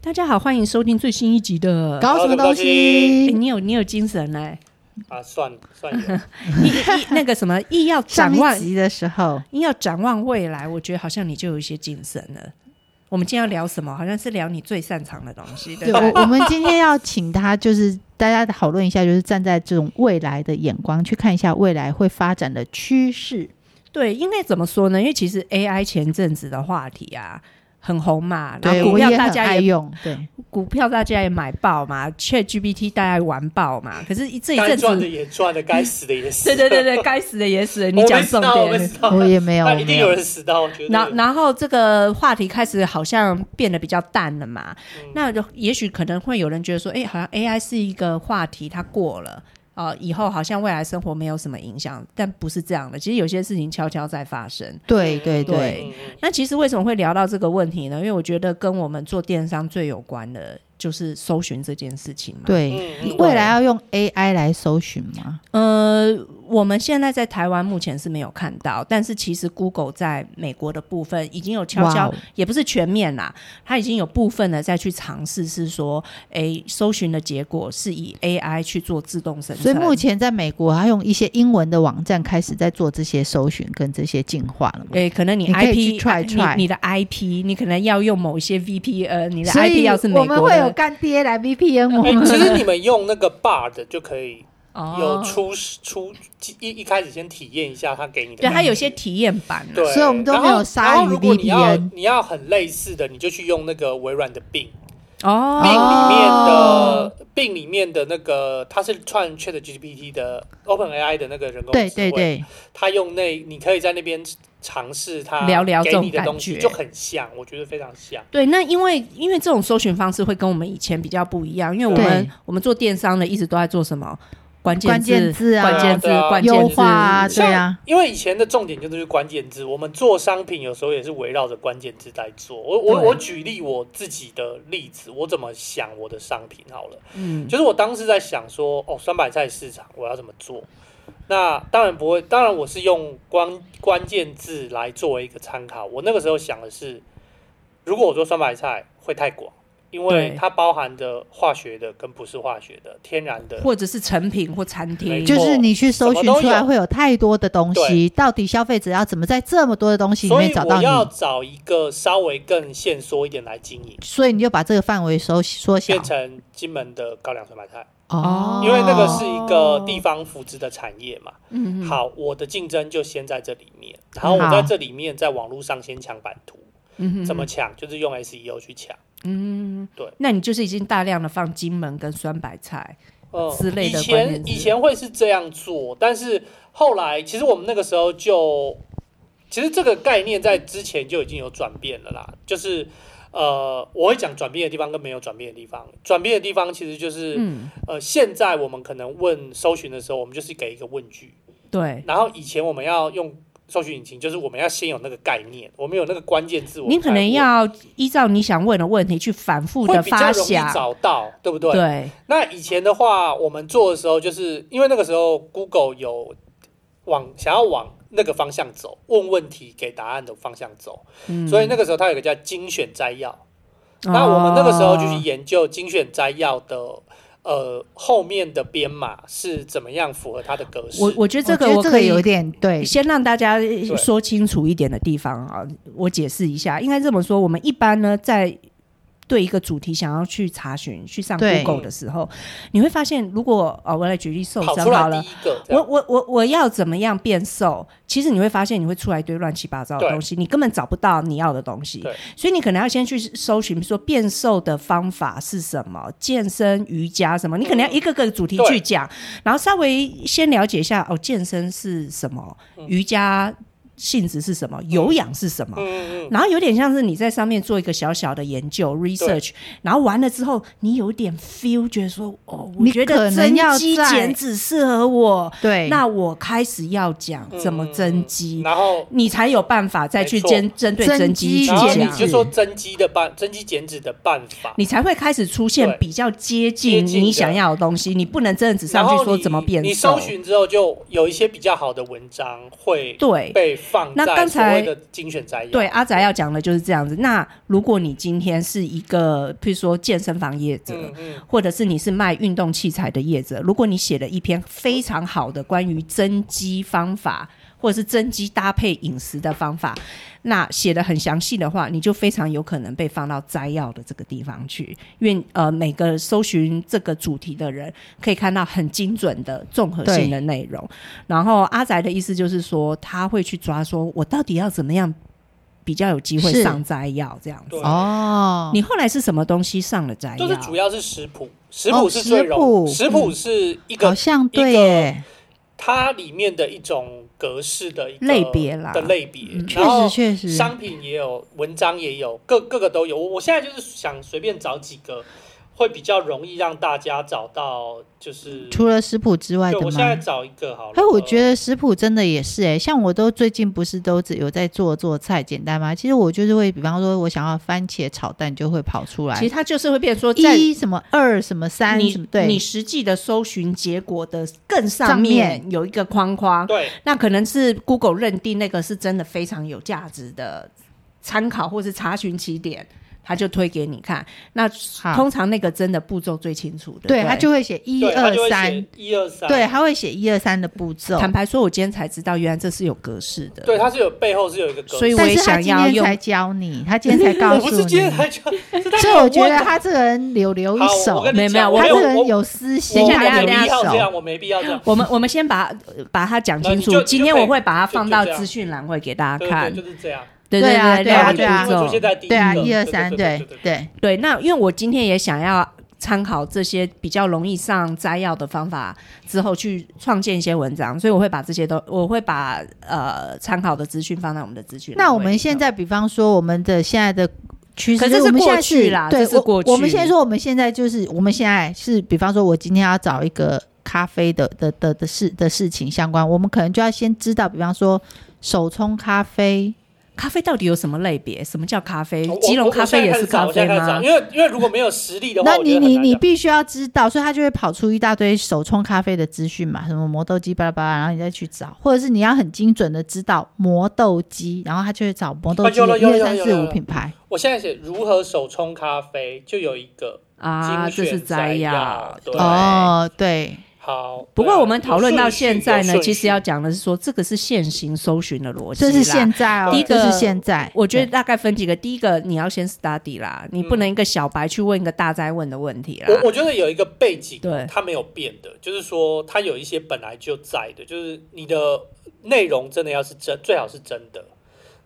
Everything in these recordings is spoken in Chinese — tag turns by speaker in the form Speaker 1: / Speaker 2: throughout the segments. Speaker 1: 大家好，欢迎收听最新一集的。
Speaker 2: 搞什么东
Speaker 1: 哎、
Speaker 2: 西？
Speaker 1: 你有你有精神哎、
Speaker 3: 啊，算算 有，
Speaker 1: 一一那个什么，意要展
Speaker 2: 上
Speaker 1: 望
Speaker 2: 一，集的时候，
Speaker 1: 意要展望未来，我觉得好像你就有一些精神了。我们今天要聊什么？好像是聊你最擅长的东西，对
Speaker 2: 对
Speaker 1: 不对？
Speaker 2: 我我们今天要请他，就是大家讨论一下，就是站在这种未来的眼光去看一下未来会发展的趋势。
Speaker 1: 对，应该怎么说呢？因为其实 AI 前阵子的话题啊。很红嘛，然
Speaker 2: 对，
Speaker 1: 后股
Speaker 2: 我也
Speaker 1: 票大
Speaker 2: 很
Speaker 1: 家
Speaker 2: 爱
Speaker 1: 也
Speaker 2: 用。对，
Speaker 1: 股票大家也买爆嘛，ChatGPT 大家也玩爆嘛。可是这一
Speaker 3: 该
Speaker 1: 阵
Speaker 3: 赚的
Speaker 1: 子，
Speaker 3: 也赚了，该死的 也死
Speaker 1: 对
Speaker 3: 了。
Speaker 1: 对对对，该死的也死了，你
Speaker 3: 我
Speaker 1: 讲
Speaker 3: 没死
Speaker 1: 重
Speaker 3: 到，我
Speaker 1: 点
Speaker 3: 没
Speaker 1: 了。
Speaker 3: 死到，
Speaker 2: 我也没有
Speaker 3: 那一定
Speaker 2: 没有
Speaker 3: 有人死到，我觉得。嗯
Speaker 1: 然然后这个话题开始好像变得比较淡了嘛，那就也许可能会有人觉得说，哎、好像 AI 是一个话题，它过了。呃，以后好像未来生活没有什么影响，但不是这样的。其实有些事情悄悄在发生。
Speaker 2: 对对
Speaker 1: 对
Speaker 2: 对，
Speaker 3: 嗯嗯
Speaker 1: 那其实为什么会聊到这个问题呢？因为我觉得跟我们做电商最有关的就是搜寻这件事情嘛。
Speaker 2: 对，
Speaker 3: 嗯嗯
Speaker 2: 未来要用 AI 来搜寻吗？
Speaker 1: 呃，我们现在在台湾目前是没有看到，但是其实 Google 在美国的部分已经有悄
Speaker 2: 哇
Speaker 1: 悄
Speaker 2: 哦
Speaker 1: 也不是全面啦，它已经有部分的再去尝试，是说，诶，搜寻的结果是以 AI 去做自动生成。
Speaker 2: 所以目前在美国，他用一些英文的网站开始在做这些搜寻跟这些进化了嘛。
Speaker 1: 诶，可能你
Speaker 2: 你可
Speaker 1: IP
Speaker 2: 以去 try
Speaker 1: 你
Speaker 2: try
Speaker 1: 你的 IP，你可能要用某一些 VPN，你的
Speaker 2: 所
Speaker 1: IP
Speaker 2: 以
Speaker 1: 要是美
Speaker 2: 我
Speaker 1: 国的，
Speaker 2: 们会有干爹来 VPN 我
Speaker 3: 哎
Speaker 2: 们。
Speaker 3: 其 实你们用那个 Bard 就可以有
Speaker 1: 哦，
Speaker 3: 初初一一开始先体验一下它给你的
Speaker 1: 对，
Speaker 3: 感觉。
Speaker 1: 它有些体验版啊、
Speaker 3: 对，
Speaker 2: 所以我们都
Speaker 3: 然
Speaker 2: 没有
Speaker 3: 后
Speaker 2: 鲨
Speaker 3: 然后
Speaker 2: 鱼
Speaker 3: 如果你要
Speaker 2: VPN
Speaker 3: 你要很类似的，你就去用那个微软的 Bing。
Speaker 1: 哦，
Speaker 3: 病里面
Speaker 2: 哦
Speaker 3: 的病里面的那个，它是串 Chat GPT 的 Open AI 的那个人工
Speaker 2: 对
Speaker 3: 智
Speaker 2: 对
Speaker 3: 慧，
Speaker 2: 对，
Speaker 3: 它用那你可以在那边尝试它
Speaker 1: 聊聊这
Speaker 3: 给
Speaker 1: 种
Speaker 3: 你的东西
Speaker 1: 感觉
Speaker 3: 就很像，我觉得非常像。
Speaker 1: 对，那因为因为这种搜寻方式会跟我们以前比较不一样，因为我们
Speaker 2: 对
Speaker 1: 我们做电商的一直都在做什么关键
Speaker 2: 关键字啊
Speaker 1: 关键字
Speaker 3: 对啊
Speaker 1: 关
Speaker 2: 优
Speaker 1: 键字
Speaker 2: 化啊，
Speaker 3: 像
Speaker 2: 对啊，
Speaker 3: 因为以前的重点就是关键字，我们做商品有时候也是围绕着关键字在做。我我
Speaker 1: 对
Speaker 3: 我举例我自己的例子，我怎么想我的商品好了。
Speaker 1: 嗯，
Speaker 3: 就是我当时在想说，哦，酸白菜市场我要怎么做？那当然不会，当然我是用关关键字来作为一个参考。我那个时候想的是，如果我做酸白菜会太广，因为
Speaker 1: 对
Speaker 3: 它包含的化学的跟不是化学的、天然的，
Speaker 1: 或者是成品或餐厅，
Speaker 3: 没
Speaker 2: 就
Speaker 3: 错
Speaker 2: 是你去搜寻出
Speaker 3: 什么都
Speaker 2: 来
Speaker 3: 有
Speaker 2: 会有太多的东西，到底消费者要怎么在这么多的东西里
Speaker 3: 所
Speaker 2: 面
Speaker 3: 以
Speaker 2: 找到
Speaker 3: 我
Speaker 2: 你？
Speaker 3: 要找一个稍微更限缩一点来经营，
Speaker 2: 所以你就把这个范围缩缩小
Speaker 3: 变成金门的高粱酸白菜，
Speaker 1: 哦
Speaker 3: 因为那个是一个地方扶植的产业嘛。
Speaker 1: 嗯，
Speaker 3: 好，我的竞争就先在这里面，然后我在这里面在网络上先抢版图，
Speaker 1: 嗯
Speaker 3: 怎么
Speaker 1: 哼
Speaker 3: 抢？就是用 SEO 去抢，
Speaker 1: 嗯，
Speaker 3: 对，
Speaker 1: 那你就是已经大量的放金门跟酸白菜，
Speaker 3: 嗯，
Speaker 1: 之类的关
Speaker 3: 以
Speaker 1: 键
Speaker 3: 前
Speaker 1: 字
Speaker 3: 以前会是这样做，但是后来其实我们那个时候就，其实这个概念在之前就已经有转变了啦，就是。呃，我会讲转变的地方跟没有转变的地方。转变的地方其实就是，
Speaker 1: 嗯，
Speaker 3: 呃，现在我们可能问搜寻的时候，我们就是给一个问句，
Speaker 1: 对。
Speaker 3: 然后以前我们要用搜寻引擎，就是我们要先有那个概念，我们有那个关键字，我们
Speaker 1: 你可能要依照你想问的问题去反复
Speaker 3: 才会
Speaker 1: 的
Speaker 3: 会比较
Speaker 1: 发
Speaker 3: 容易
Speaker 1: 想，
Speaker 3: 找到，对不对？
Speaker 1: 对，
Speaker 3: 那以前的话，我们做的时候，就是因为那个时候 Google 有往想要往那个方向走，问问题给答案的方向走，
Speaker 1: 嗯
Speaker 3: 所以那个时候它有一个叫精选摘要。那我们那个时候就去
Speaker 1: 哦
Speaker 3: 研究精选摘要的。呃，后面的编码是怎么样符合它的格式？
Speaker 1: 我我觉得这个
Speaker 2: 我觉得这
Speaker 1: 可
Speaker 2: 个
Speaker 1: 以
Speaker 2: 有点对，
Speaker 1: 先让大家说清楚一点的地方啊，我解释一下，应该这么说，我们一般呢在。对一个主题想要去查询、去上
Speaker 2: 对
Speaker 1: Google 的时候，你会发现，如果哦，我来举例瘦
Speaker 3: 跑
Speaker 1: 身
Speaker 3: 出
Speaker 1: 好
Speaker 3: 来
Speaker 1: 了
Speaker 3: 第，一个，这
Speaker 1: 我
Speaker 3: 样
Speaker 1: 我我我要怎么样变瘦？其实你会发现，你会出来一堆乱七八糟的
Speaker 3: 对
Speaker 1: 东西，你根本找不到你要的东西
Speaker 3: 对。
Speaker 1: 所以你可能要先去搜寻，说变瘦的方法是什么，健身、瑜伽什么，你可能要一个个主题
Speaker 3: 对
Speaker 1: 去讲，
Speaker 3: 嗯
Speaker 1: 然后稍微先了解一下哦，健身是什么，瑜伽性质是什么，有氧是什么。
Speaker 3: 嗯嗯嗯
Speaker 1: 然后有点像是你在上面做一个小小的研究 research，然后完了之后，你有点 feel，觉得说哦，我
Speaker 2: 你
Speaker 1: 觉
Speaker 2: 可
Speaker 1: 得
Speaker 2: 能
Speaker 1: 增
Speaker 2: 要
Speaker 1: 肌
Speaker 2: 在
Speaker 1: 减脂适合我，
Speaker 2: 对，
Speaker 1: 那我开始要讲
Speaker 3: 嗯，
Speaker 1: 怎么增肌
Speaker 3: 嗯，然后
Speaker 1: 你才有办法再去
Speaker 3: 没错
Speaker 1: 针针对
Speaker 2: 增
Speaker 1: 增
Speaker 2: 肌
Speaker 1: 肌去
Speaker 3: 然后
Speaker 2: 减
Speaker 3: 你
Speaker 2: 脂
Speaker 3: 就
Speaker 1: 讲，
Speaker 3: 说增肌的办增肌减脂的办法，
Speaker 1: 你才会开始出现
Speaker 3: 对
Speaker 1: 比较接近
Speaker 3: 接近的
Speaker 1: 你想要的东西。你不能真的只
Speaker 3: 然
Speaker 1: 上
Speaker 3: 后
Speaker 1: 去说
Speaker 3: 你
Speaker 1: 怎么变
Speaker 3: 你
Speaker 1: 瘦
Speaker 3: 搜，寻之后，就有一些比较好的文章会
Speaker 1: 对。
Speaker 3: 被放
Speaker 1: 那
Speaker 3: 在
Speaker 1: 刚
Speaker 3: 所谓
Speaker 1: 才
Speaker 3: 的精选摘要。
Speaker 1: 对，阿宅要讲的就是这样子。那如果你今天是一个，譬如说健身房业者，
Speaker 3: 嗯嗯，
Speaker 1: 或者是你是卖运动器材的业者，如果你写了一篇非常好的关于增肌方法，或者是增肌搭配饮食的方法，那写的很详细的话，你就非常有可能被放到摘要的这个地方去，因为呃每个搜寻这个主题的人可以看到很精准的综合性的内容。然后阿宅的意思就是说，他会去抓说我到底要怎么样比较有机会
Speaker 2: 是
Speaker 1: 上摘要这样子
Speaker 3: 对。
Speaker 2: 哦，
Speaker 1: 你后来是什么东西上了摘要？
Speaker 3: 就是主要是食谱，食
Speaker 2: 哦
Speaker 3: 谱是最
Speaker 2: 食
Speaker 3: 容，
Speaker 2: 谱
Speaker 3: 食谱
Speaker 1: 嗯
Speaker 3: 是一
Speaker 2: 好
Speaker 3: 个
Speaker 2: 像
Speaker 3: 一个
Speaker 2: 对耶，
Speaker 3: 它里面的一种格式的一个
Speaker 1: 类别啦嗯
Speaker 3: 的类别，
Speaker 2: 确
Speaker 3: 然后
Speaker 2: 实确实，
Speaker 3: 商品也有，文章也有，各各个都有。我我现在就是想随便找几个，会比较容易让大家找到，就是
Speaker 2: 除了食谱之外
Speaker 3: 对
Speaker 2: 的
Speaker 3: 我现在呃
Speaker 2: 吗？
Speaker 3: 找一个好了。
Speaker 2: 哎，我觉得食谱真的也是哎、像我都最近不是都只有在做做菜简单吗？其实我就是会，比方说我想要番茄炒蛋就会跑出来
Speaker 1: 其，实它就是会变说在
Speaker 2: 一什么二什么三
Speaker 1: 你
Speaker 2: 什么对，
Speaker 1: 你实际的搜寻结果的更上
Speaker 2: 上
Speaker 1: 面有一个框框，
Speaker 3: 对，
Speaker 1: 那可能是 Google 认定那个是真的非常有价值的参考或是查询起点，它就推给你看。那
Speaker 2: 好
Speaker 1: 通常那个真的步骤最清楚的，
Speaker 2: 对
Speaker 1: 对
Speaker 2: 他就会写一
Speaker 3: 对，他
Speaker 2: 二
Speaker 3: 就会
Speaker 2: 三
Speaker 3: 写，一二三，
Speaker 2: 对，他会写一二三的步骤。
Speaker 1: 坦白说，我今天才知道原来这是有格式的。
Speaker 3: 对，它是有背后是有一个格式。
Speaker 1: 所以
Speaker 2: 但
Speaker 1: 我也
Speaker 2: 是他
Speaker 1: 想
Speaker 2: 今
Speaker 1: 要
Speaker 2: 天
Speaker 1: 用
Speaker 2: 才教你，他今 天才告
Speaker 3: 我
Speaker 2: 诉
Speaker 3: 不是今
Speaker 2: 你
Speaker 3: 天，才讲，是他
Speaker 2: 所以我觉得
Speaker 3: 问的
Speaker 2: 他这个人有留一
Speaker 3: 好我
Speaker 2: 手
Speaker 3: 跟，你
Speaker 1: 没有没有
Speaker 3: 讲
Speaker 1: 我
Speaker 2: 他
Speaker 1: 没
Speaker 2: 这
Speaker 1: 有
Speaker 2: 个人
Speaker 3: 我
Speaker 2: 有私心，
Speaker 3: 我
Speaker 1: 等一下
Speaker 2: 他留
Speaker 3: 没
Speaker 1: 等一
Speaker 3: 必
Speaker 2: 一
Speaker 3: 要这
Speaker 2: 手。
Speaker 3: 样，我没必要这样。
Speaker 1: 我们我们先把呃把它讲清
Speaker 3: 那你
Speaker 1: 楚。
Speaker 3: 就
Speaker 1: 今天我会把它放到
Speaker 3: 就就这样
Speaker 1: 资讯栏，会给大家
Speaker 3: 对
Speaker 1: 看
Speaker 3: 对，。就是这样。
Speaker 1: 对
Speaker 2: 对啊
Speaker 1: 对，
Speaker 2: 对啊
Speaker 1: 料理
Speaker 2: 对啊
Speaker 1: 步骤
Speaker 3: 出现在第一
Speaker 2: 对啊，
Speaker 3: 个
Speaker 2: 一二三，对
Speaker 3: 对对。
Speaker 2: 对，
Speaker 1: 对，那因为我今天也想要参考这些比较容易上摘要的方法，之后去创建一些文章，所以我会把这些都，我会把呃参考的资讯放在我们的资讯栏位里头。
Speaker 2: 那我们现在，比方说我们的现在的趋势，
Speaker 1: 可是
Speaker 2: 我
Speaker 1: 这是
Speaker 2: 们现在
Speaker 1: 过去啦
Speaker 2: 对，
Speaker 1: 这是
Speaker 2: 我
Speaker 1: 过去
Speaker 2: 我们现在说，我们现在就是，我们现在是，比方说，我今天要找一个咖啡的的的的事的事情相关，我们可能就要先知道，比方说手冲咖啡，
Speaker 1: 咖啡到底有什么类别？什么叫咖啡
Speaker 3: 我？
Speaker 1: 吉隆咖啡也是咖啡？
Speaker 3: 我我现在开始找我现在开
Speaker 1: 吗
Speaker 3: 始？找因为因为如果没有实力的话，
Speaker 2: 那
Speaker 3: 我
Speaker 2: 你
Speaker 3: 觉得很
Speaker 2: 你
Speaker 3: 难
Speaker 2: 你
Speaker 3: 讲
Speaker 2: 必须要知道，所以它就会跑出一大堆手冲咖啡的资讯嘛，什么磨豆机巴拉巴拉，然后你再去找，或者是你要很精准的知道磨豆机，然后他就会找磨豆机
Speaker 3: 啊有了
Speaker 2: 一
Speaker 3: 有了
Speaker 2: 二
Speaker 3: 有了
Speaker 2: 三
Speaker 3: 有
Speaker 2: 四
Speaker 3: 了有
Speaker 2: 五
Speaker 3: 了
Speaker 2: 品牌，
Speaker 3: 我现在写如何手冲咖啡，就有一个
Speaker 1: 啊，
Speaker 3: 精
Speaker 1: 这
Speaker 3: 选
Speaker 1: 是摘
Speaker 3: 要
Speaker 1: 要。。
Speaker 3: 对，
Speaker 2: 哦，对，
Speaker 3: 好。
Speaker 1: 不
Speaker 3: 对啊
Speaker 1: 过我们讨论到现在呢，其实。
Speaker 3: 有顺序有顺序
Speaker 1: 要讲的是说，这个是现行搜寻的逻辑
Speaker 2: 这
Speaker 1: 啦。
Speaker 2: 是现在哦，
Speaker 1: 第一个
Speaker 2: 这是现在，
Speaker 1: 我觉得
Speaker 2: 对
Speaker 1: 大概分几个，第一个你要先 study 啦，你不
Speaker 3: 嗯
Speaker 1: 能一个小白去问一个大灾问的问题啦。
Speaker 3: 我我觉得有一个背景，
Speaker 1: 对
Speaker 3: 它没有变的，就是说它有一些本来就在的，就是你的内容真的要是真，最好是真的。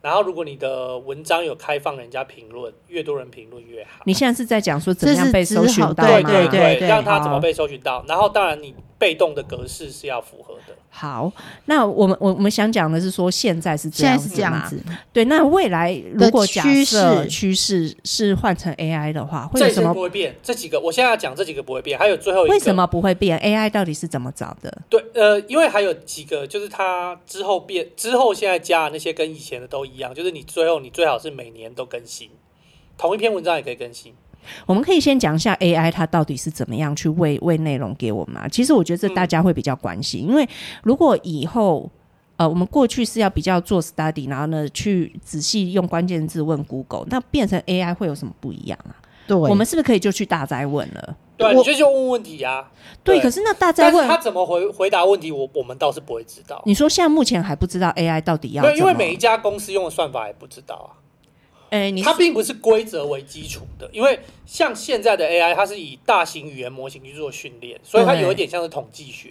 Speaker 3: 然后如果你的文章有开放人家评论，越多人评论越好。
Speaker 1: 你现在是在讲说怎么样
Speaker 2: 这是
Speaker 1: 被搜寻到
Speaker 2: 只好
Speaker 1: 吗？
Speaker 3: 对
Speaker 2: 对
Speaker 3: 对
Speaker 2: 对对
Speaker 3: 让它怎么
Speaker 1: 好
Speaker 3: 被搜寻到？然后当然你被动的格式是要符合的。
Speaker 1: 好，那我们我我们想讲的是说现在是这
Speaker 2: 现
Speaker 1: 样
Speaker 2: 在是
Speaker 1: 嘛
Speaker 2: 这样。子，
Speaker 1: 对，那未来如果假
Speaker 2: 趋
Speaker 1: 设
Speaker 2: 势
Speaker 1: 趋势是换成 AI 的话，会
Speaker 3: 这
Speaker 1: 有
Speaker 3: 些
Speaker 1: 什
Speaker 3: 不
Speaker 1: 么？
Speaker 3: 会变，这几个我现在要讲这几个不会变，还有最后一个
Speaker 1: 为什？么不会变？AI 到底是怎么找的？
Speaker 3: 对，呃，因为还有几个就是它之后变之后现在加的那些跟以前的都一样，就是你最后你最好是每年都更新，同一篇文章也可以更新。
Speaker 1: 我们可以先讲一下 AI 它到底是怎么样去喂喂内容给我们啊？其实我觉得
Speaker 3: 嗯
Speaker 1: 这大家会比较关心，因为如果以后。呃，我们过去是要比较做 study，然后呢去仔细用关键字问 Google，那变成 AI 会有什么不一样啊？
Speaker 2: 对，
Speaker 1: 我们是不是可以就去大灾问了？
Speaker 3: 对啊，
Speaker 2: 我
Speaker 3: 你就去问问题啊。
Speaker 1: 对，
Speaker 3: 对
Speaker 1: 可是那大家
Speaker 3: 但是
Speaker 1: 问，
Speaker 3: 他怎么回回答问题，我我们倒是不会知道。
Speaker 1: 你说现在目前还不知道 AI 到底要
Speaker 3: 对，因为
Speaker 1: 怎么
Speaker 3: 每一家公司用的算法也不知道啊。
Speaker 1: 哎，你
Speaker 3: 它并不是规则为基础的，因为像现在的 AI，它是以大型语言模型去做训练，所以它
Speaker 1: 对
Speaker 3: 有一点像是统计学，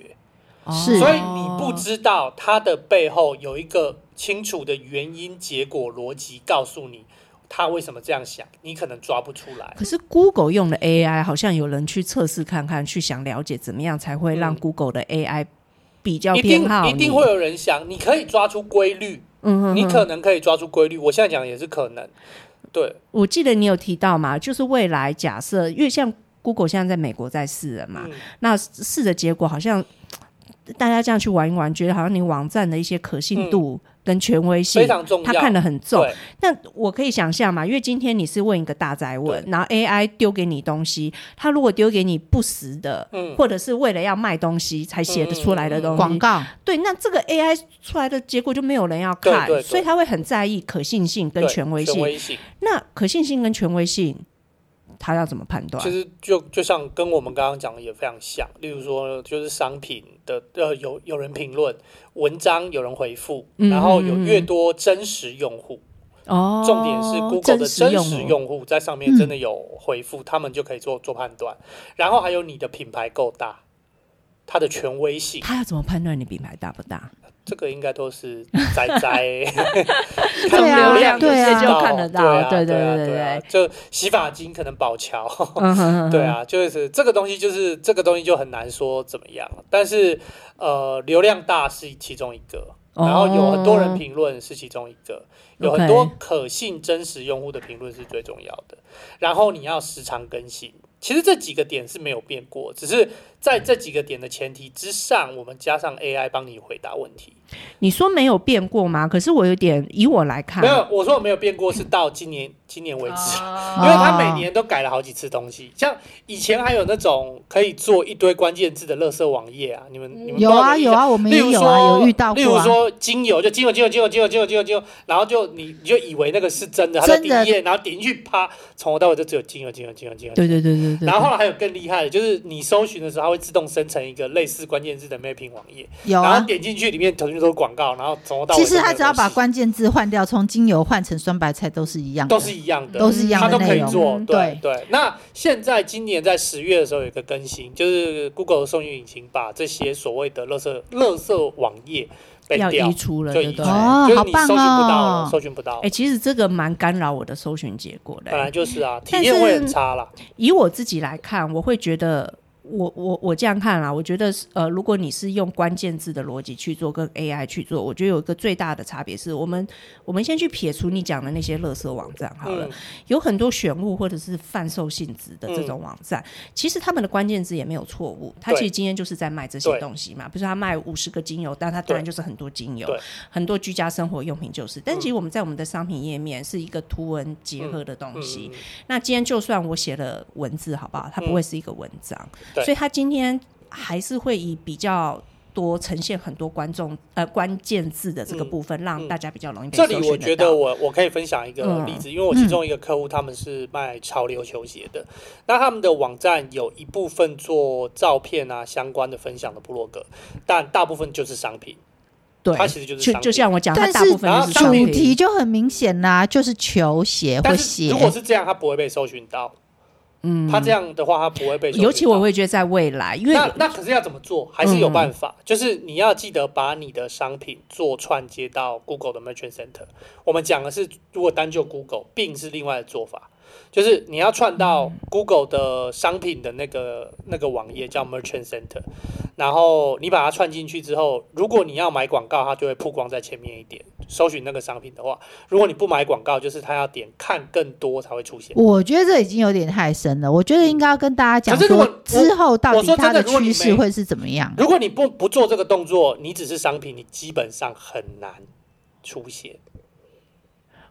Speaker 1: 哦
Speaker 2: 是
Speaker 3: 所以你不知道它的背后有一个清楚的原因、结果、逻辑告诉你它为什么这样想，你可能抓不出来。
Speaker 1: 可是 Google 用的 AI 好像有人去测试看看，去想了解怎么样才会让
Speaker 3: 嗯
Speaker 1: Google 的 AI 比较
Speaker 3: 一
Speaker 1: 偏
Speaker 3: 定
Speaker 1: 好
Speaker 3: 一定会，有人想，你可以抓出规律，
Speaker 1: 嗯哼
Speaker 3: 你
Speaker 1: 哼
Speaker 3: 可能可以抓出规律。我现在讲的也是可能，对，
Speaker 1: 我记得你有提到嘛，就是未来假设，因为像 Google 现在在美国在试了嘛，
Speaker 3: 嗯，
Speaker 1: 那试的结果好像大家这样去玩一玩，觉得好像你网站的一些可信度跟权威性
Speaker 3: 嗯非，常重要。
Speaker 1: 他看得很重。
Speaker 3: 对，
Speaker 1: 那我可以想象嘛，因为今天你是问一个大宅问，然后 AI 丢给你东西，他如果丢给你不实的，
Speaker 3: 嗯
Speaker 1: 或者是为了要卖东西才写得出来的东西，
Speaker 2: 广告
Speaker 1: 对，那这个 AI 出来的结果就没有人要看，
Speaker 3: 对对对
Speaker 1: 所以他会很在意可信性跟
Speaker 3: 对
Speaker 1: 权
Speaker 3: 权
Speaker 1: 威性。
Speaker 3: 威性
Speaker 1: 那可信性跟权威性，他要怎么判断
Speaker 3: 其？实就就像跟我们刚刚讲的也非常像，例如说就是商品的呃有有人评论文章有人回复，
Speaker 1: 嗯
Speaker 3: 然后有
Speaker 1: 嗯嗯
Speaker 3: 越多真实用户，
Speaker 1: 哦，
Speaker 3: 重点是 Google 的真实
Speaker 1: 户
Speaker 3: 用户在上面真的有回复，他们就可以做做判断。然后还有你的品牌够大，它的权威性，
Speaker 1: 他要怎么判断你品牌大不大？
Speaker 3: 这个应该都是仔仔看
Speaker 2: 对啊
Speaker 3: 流量
Speaker 2: 对啊
Speaker 3: 知道
Speaker 1: 就看得到
Speaker 3: 对啊
Speaker 1: 对对
Speaker 3: 对啊
Speaker 1: 对对
Speaker 3: 对啊，就洗发精可能宝乔。
Speaker 1: 嗯哼哼
Speaker 3: 对，啊，就是这个东西，就是这个东西就很难说怎么样。但是，呃，流量大是其中一个，
Speaker 1: 哦
Speaker 3: 然后有很多人评论是其中一个，有很
Speaker 1: OK
Speaker 3: 多可信真实用户的评论是最重要的。然后你要时常更新，其实这几个点是没有变过，只是在这几个点的前提之上，我们加上 AI 帮你回答问题。
Speaker 1: 你说没有变过吗？可是我有点，以我来看，
Speaker 3: 没有，我说我没有变过，是到今年今年为止。因
Speaker 1: 哦
Speaker 3: 为他每年都改了好几次东西，像以前还有那种可以做一堆关键字的垃圾网页啊，你们你们
Speaker 2: 有啊
Speaker 3: 都没印
Speaker 2: 有
Speaker 3: 象。
Speaker 2: 啊，我们
Speaker 3: 例
Speaker 2: 也
Speaker 3: 如
Speaker 2: 有
Speaker 3: 说，
Speaker 2: 啊，有遇到
Speaker 3: 例如
Speaker 2: 过啊。
Speaker 3: 说精油，就精油，精油，精油，精油，精油，精油，精油，然后就你你就以为那个是真的，它在
Speaker 2: 真
Speaker 3: 第
Speaker 2: 的
Speaker 3: 一页，然后点进去，啪，从头到尾就只有精油，精油，精油，精油。
Speaker 1: 对对对对对，
Speaker 3: 然后后来还有更厉害的，就是你搜寻的时候，它会自动生成一个类似关键字的 mapping 网页，
Speaker 2: 有
Speaker 3: 然
Speaker 2: 啊
Speaker 3: 后，点进去里面全部都是广告，然后从头到
Speaker 2: 其
Speaker 3: 尾都
Speaker 2: 实
Speaker 3: 没有
Speaker 2: 他只要把
Speaker 3: 东西
Speaker 2: 关键字换掉，从精油换成酸白菜都是一样的，
Speaker 3: 都是一样的，
Speaker 2: 都是一样
Speaker 3: 它
Speaker 2: 的
Speaker 3: 都可
Speaker 2: 内
Speaker 3: 以
Speaker 2: 容。
Speaker 3: 做，
Speaker 1: 嗯
Speaker 3: 对
Speaker 2: 对
Speaker 3: 对。那现在今年在十月的时候有一个更新，就是 Google 的搜寻引擎把这些所谓的垃圾垃圾网页背
Speaker 1: 要
Speaker 3: 掉
Speaker 1: 移，除了，
Speaker 3: 就
Speaker 1: 对
Speaker 3: 移
Speaker 1: 不
Speaker 3: 除，
Speaker 1: 对？
Speaker 2: 哦
Speaker 3: 就是
Speaker 2: 好
Speaker 3: 你
Speaker 2: 棒
Speaker 3: 搜寻不到
Speaker 2: 哦
Speaker 3: 了，搜寻不到
Speaker 1: 哎、，其实这个蛮干扰我的搜寻结果的、
Speaker 3: 本来就是啊，体
Speaker 1: 但
Speaker 3: 验会
Speaker 1: 是
Speaker 3: 很差啦。
Speaker 1: 以我自己来看，我会觉得。我我我这样看啦，我觉得是呃，如果你是用关键字的逻辑去做，跟 AI 去做，我觉得有一个最大的差别是我们我们先去撇除你讲的那些垃圾网站好了，
Speaker 3: 嗯，
Speaker 1: 有很多选物或者是贩售性质的这种网站，其实他们的关键字也没有错误，他
Speaker 3: 嗯对
Speaker 1: 其实今天就是在卖这些
Speaker 3: 对
Speaker 1: 东西嘛。比如说他卖五十个精油，但他当然就是很多精油
Speaker 3: 对，嗯
Speaker 1: 很多居家生活用品就是。但其实我们在我们的商品页面是一个图文结合的东西。
Speaker 3: 嗯嗯
Speaker 1: 那今天就算我写了文字，好不好？它不会是一个文章，
Speaker 3: 对
Speaker 1: 所以它今天还是会以比较。多呈现很多观众呃关键字的这个
Speaker 3: 嗯
Speaker 1: 部分，让
Speaker 3: 嗯
Speaker 1: 大家比较容易被
Speaker 3: 这
Speaker 1: 搜
Speaker 3: 里
Speaker 1: 寻
Speaker 3: 我觉
Speaker 1: 到
Speaker 3: 得我我可以分享一个
Speaker 1: 嗯
Speaker 3: 例子，因为我其中一个客户他们是卖潮流球鞋的，那他们的网站有一部分做照片啊相关的分享的部落格，但大部分就是商品，
Speaker 1: 对，
Speaker 3: 它其实就是
Speaker 1: 就
Speaker 3: 商
Speaker 1: 就
Speaker 3: 品。
Speaker 1: 像我讲，它
Speaker 2: 但
Speaker 1: 大部分
Speaker 3: 是
Speaker 1: 就是
Speaker 3: 主
Speaker 1: 商品
Speaker 2: 主题就很明显啦，就是球鞋或
Speaker 3: 但是
Speaker 2: 鞋
Speaker 3: 如。果是这样，它不会被搜寻到。
Speaker 1: 嗯，
Speaker 3: 它这样的话，它不会被搜寻到。
Speaker 1: 尤其我会觉得在未来，因为嗯
Speaker 3: 那那可是要怎么做？还是有办法，就是你要记得把你的商品做串接到 Google 的 Merchant Center。我们讲的是，如果单就 Google，并是另外的做法，就是你要串到
Speaker 1: 嗯
Speaker 3: Google 的商品的那个那个网页叫 Merchant Center，然后你把它串进去之后，如果你要买广告，它就会曝光在前面一点。搜寻那个商品的话，如果你不买广告，就是它要点看更多才会出现。
Speaker 2: 我觉得这已经有点太深了，我觉得应该要跟大家讲
Speaker 3: 可是如
Speaker 2: 说
Speaker 3: 果
Speaker 2: 之后到
Speaker 3: 我
Speaker 2: 底
Speaker 3: 说
Speaker 2: 它
Speaker 3: 真的如果你
Speaker 2: 趋势
Speaker 3: 没
Speaker 2: 会是怎么样。
Speaker 3: 如果你不不做这个动作，你只是商品，你基本上很难出现。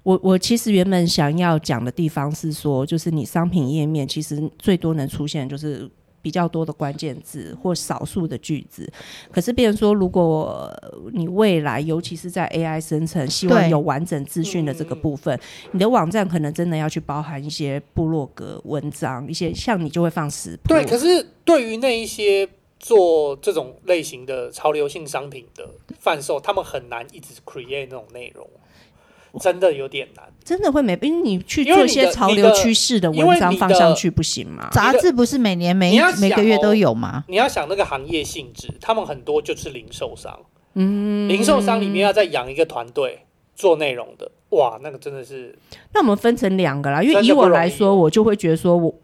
Speaker 1: 我我其实原本想要讲的地方是说，就是你商品页面其实最多能出现就是。比较多的关键字或少数的句子，可是变成说，如果你未来，尤其是在 AI 生成，希望
Speaker 2: 对
Speaker 1: 有完整资讯的这
Speaker 3: 嗯
Speaker 1: 个部分，你的网站可能真的要去包含一些部落格文章，一些像你就会放食谱，啊
Speaker 3: 对，可是对于那一些做这种类型的潮流性商品的贩售，他们很难一直 create 那种内容，真的有点难。
Speaker 1: 真的会没，因为你去
Speaker 3: 因
Speaker 1: 做
Speaker 3: 为
Speaker 1: 一
Speaker 3: 你
Speaker 1: 些
Speaker 3: 的
Speaker 1: 潮
Speaker 3: 你
Speaker 1: 流
Speaker 3: 的
Speaker 1: 趋势的
Speaker 3: 因
Speaker 1: 文
Speaker 3: 为
Speaker 1: 章
Speaker 3: 你
Speaker 1: 放
Speaker 3: 的
Speaker 1: 上去不行吗？
Speaker 2: 杂志不是每年每
Speaker 3: 你要想哦
Speaker 2: 每个月都有吗？
Speaker 3: 你要想那个行业性质，他们很多就是零售商，嗯，零售商里面要再养一个团队做内容的，哇，那个真的是
Speaker 1: 那我们分成两个啦，因为
Speaker 3: 真
Speaker 1: 以
Speaker 3: 的不
Speaker 1: 我
Speaker 3: 容易
Speaker 1: 来说，我就会觉得说我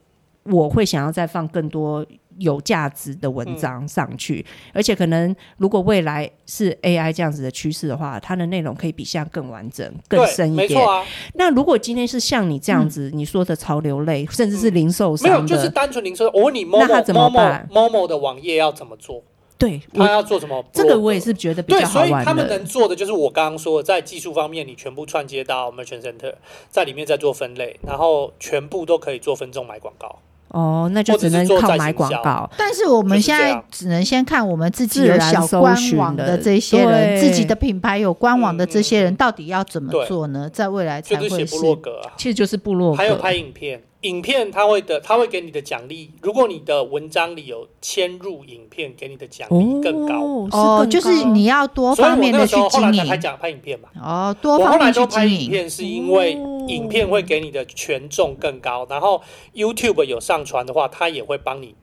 Speaker 1: 我会想要再放更多有价值的文章上去，而且可能如果未来是 AI 这样子的趋势的话，它的内容可以比现在更完整、更
Speaker 3: 对，
Speaker 1: 深一
Speaker 3: 没
Speaker 1: 点。
Speaker 3: 错啊，嗯
Speaker 1: 那如果今天是像你这样子，你说的潮流类，甚至是零售
Speaker 3: 没有
Speaker 1: 商的，
Speaker 3: 就是单纯零售。我问你
Speaker 1: 那他
Speaker 3: ，Momo
Speaker 1: 怎么办
Speaker 3: Momo Momo 的网页要怎么做？
Speaker 1: 对
Speaker 3: 他
Speaker 1: 我
Speaker 3: 要做什么？
Speaker 1: 这个我也是觉得比
Speaker 3: 呃对，
Speaker 1: 较好
Speaker 3: 所以他
Speaker 1: 玩
Speaker 3: 们
Speaker 1: 的
Speaker 3: 能。做的就是我刚刚说的，在技术方面，你全部串接到 Merchant Center，在里面再做分类，然后全部都可以做分众买广告。
Speaker 1: 哦，那就
Speaker 3: 或者
Speaker 1: 只
Speaker 3: 是
Speaker 1: 能
Speaker 3: 做
Speaker 1: 靠
Speaker 3: 再
Speaker 1: 买
Speaker 3: 行
Speaker 1: 广
Speaker 3: 销
Speaker 1: 告。
Speaker 2: 但是我们
Speaker 3: 就是
Speaker 2: 现
Speaker 3: 这
Speaker 2: 在
Speaker 3: 样
Speaker 2: 只能先看我们自己
Speaker 1: 自
Speaker 2: 有
Speaker 1: 然
Speaker 2: 小
Speaker 1: 搜
Speaker 2: 官
Speaker 1: 寻
Speaker 2: 网
Speaker 1: 的
Speaker 2: 的这些人，自己
Speaker 1: 对
Speaker 2: 的品牌有官网的这些人，
Speaker 3: 嗯
Speaker 2: 到底要怎么
Speaker 3: 对
Speaker 2: 做呢？在未来
Speaker 3: 就
Speaker 2: 才
Speaker 3: 是
Speaker 2: 会
Speaker 3: 写
Speaker 2: 是
Speaker 3: 部落格啊，
Speaker 1: 其实就是部落格，
Speaker 3: 还有拍影片，影片他会的，他会给你的奖励。如果你的文章里有嵌入影片，给你的奖励更高。
Speaker 1: 哦，
Speaker 2: 哦，
Speaker 1: 更
Speaker 2: 就是
Speaker 1: 高
Speaker 2: 你要
Speaker 1: 哦
Speaker 2: 多
Speaker 3: 所以我
Speaker 2: 方面
Speaker 3: 那
Speaker 2: 的
Speaker 3: 个时
Speaker 2: 去
Speaker 3: 候后来
Speaker 2: 经
Speaker 3: 才拍
Speaker 2: 营
Speaker 3: 讲拍影片嘛。
Speaker 2: 哦，多
Speaker 3: 我后
Speaker 2: 方
Speaker 3: 来
Speaker 2: 面去
Speaker 3: 都拍
Speaker 2: 经
Speaker 3: 影
Speaker 2: 营。
Speaker 3: 片，是因为
Speaker 1: 哦
Speaker 3: 影片会给你的权重更高，然后 YouTube 有上传的话，它也会帮你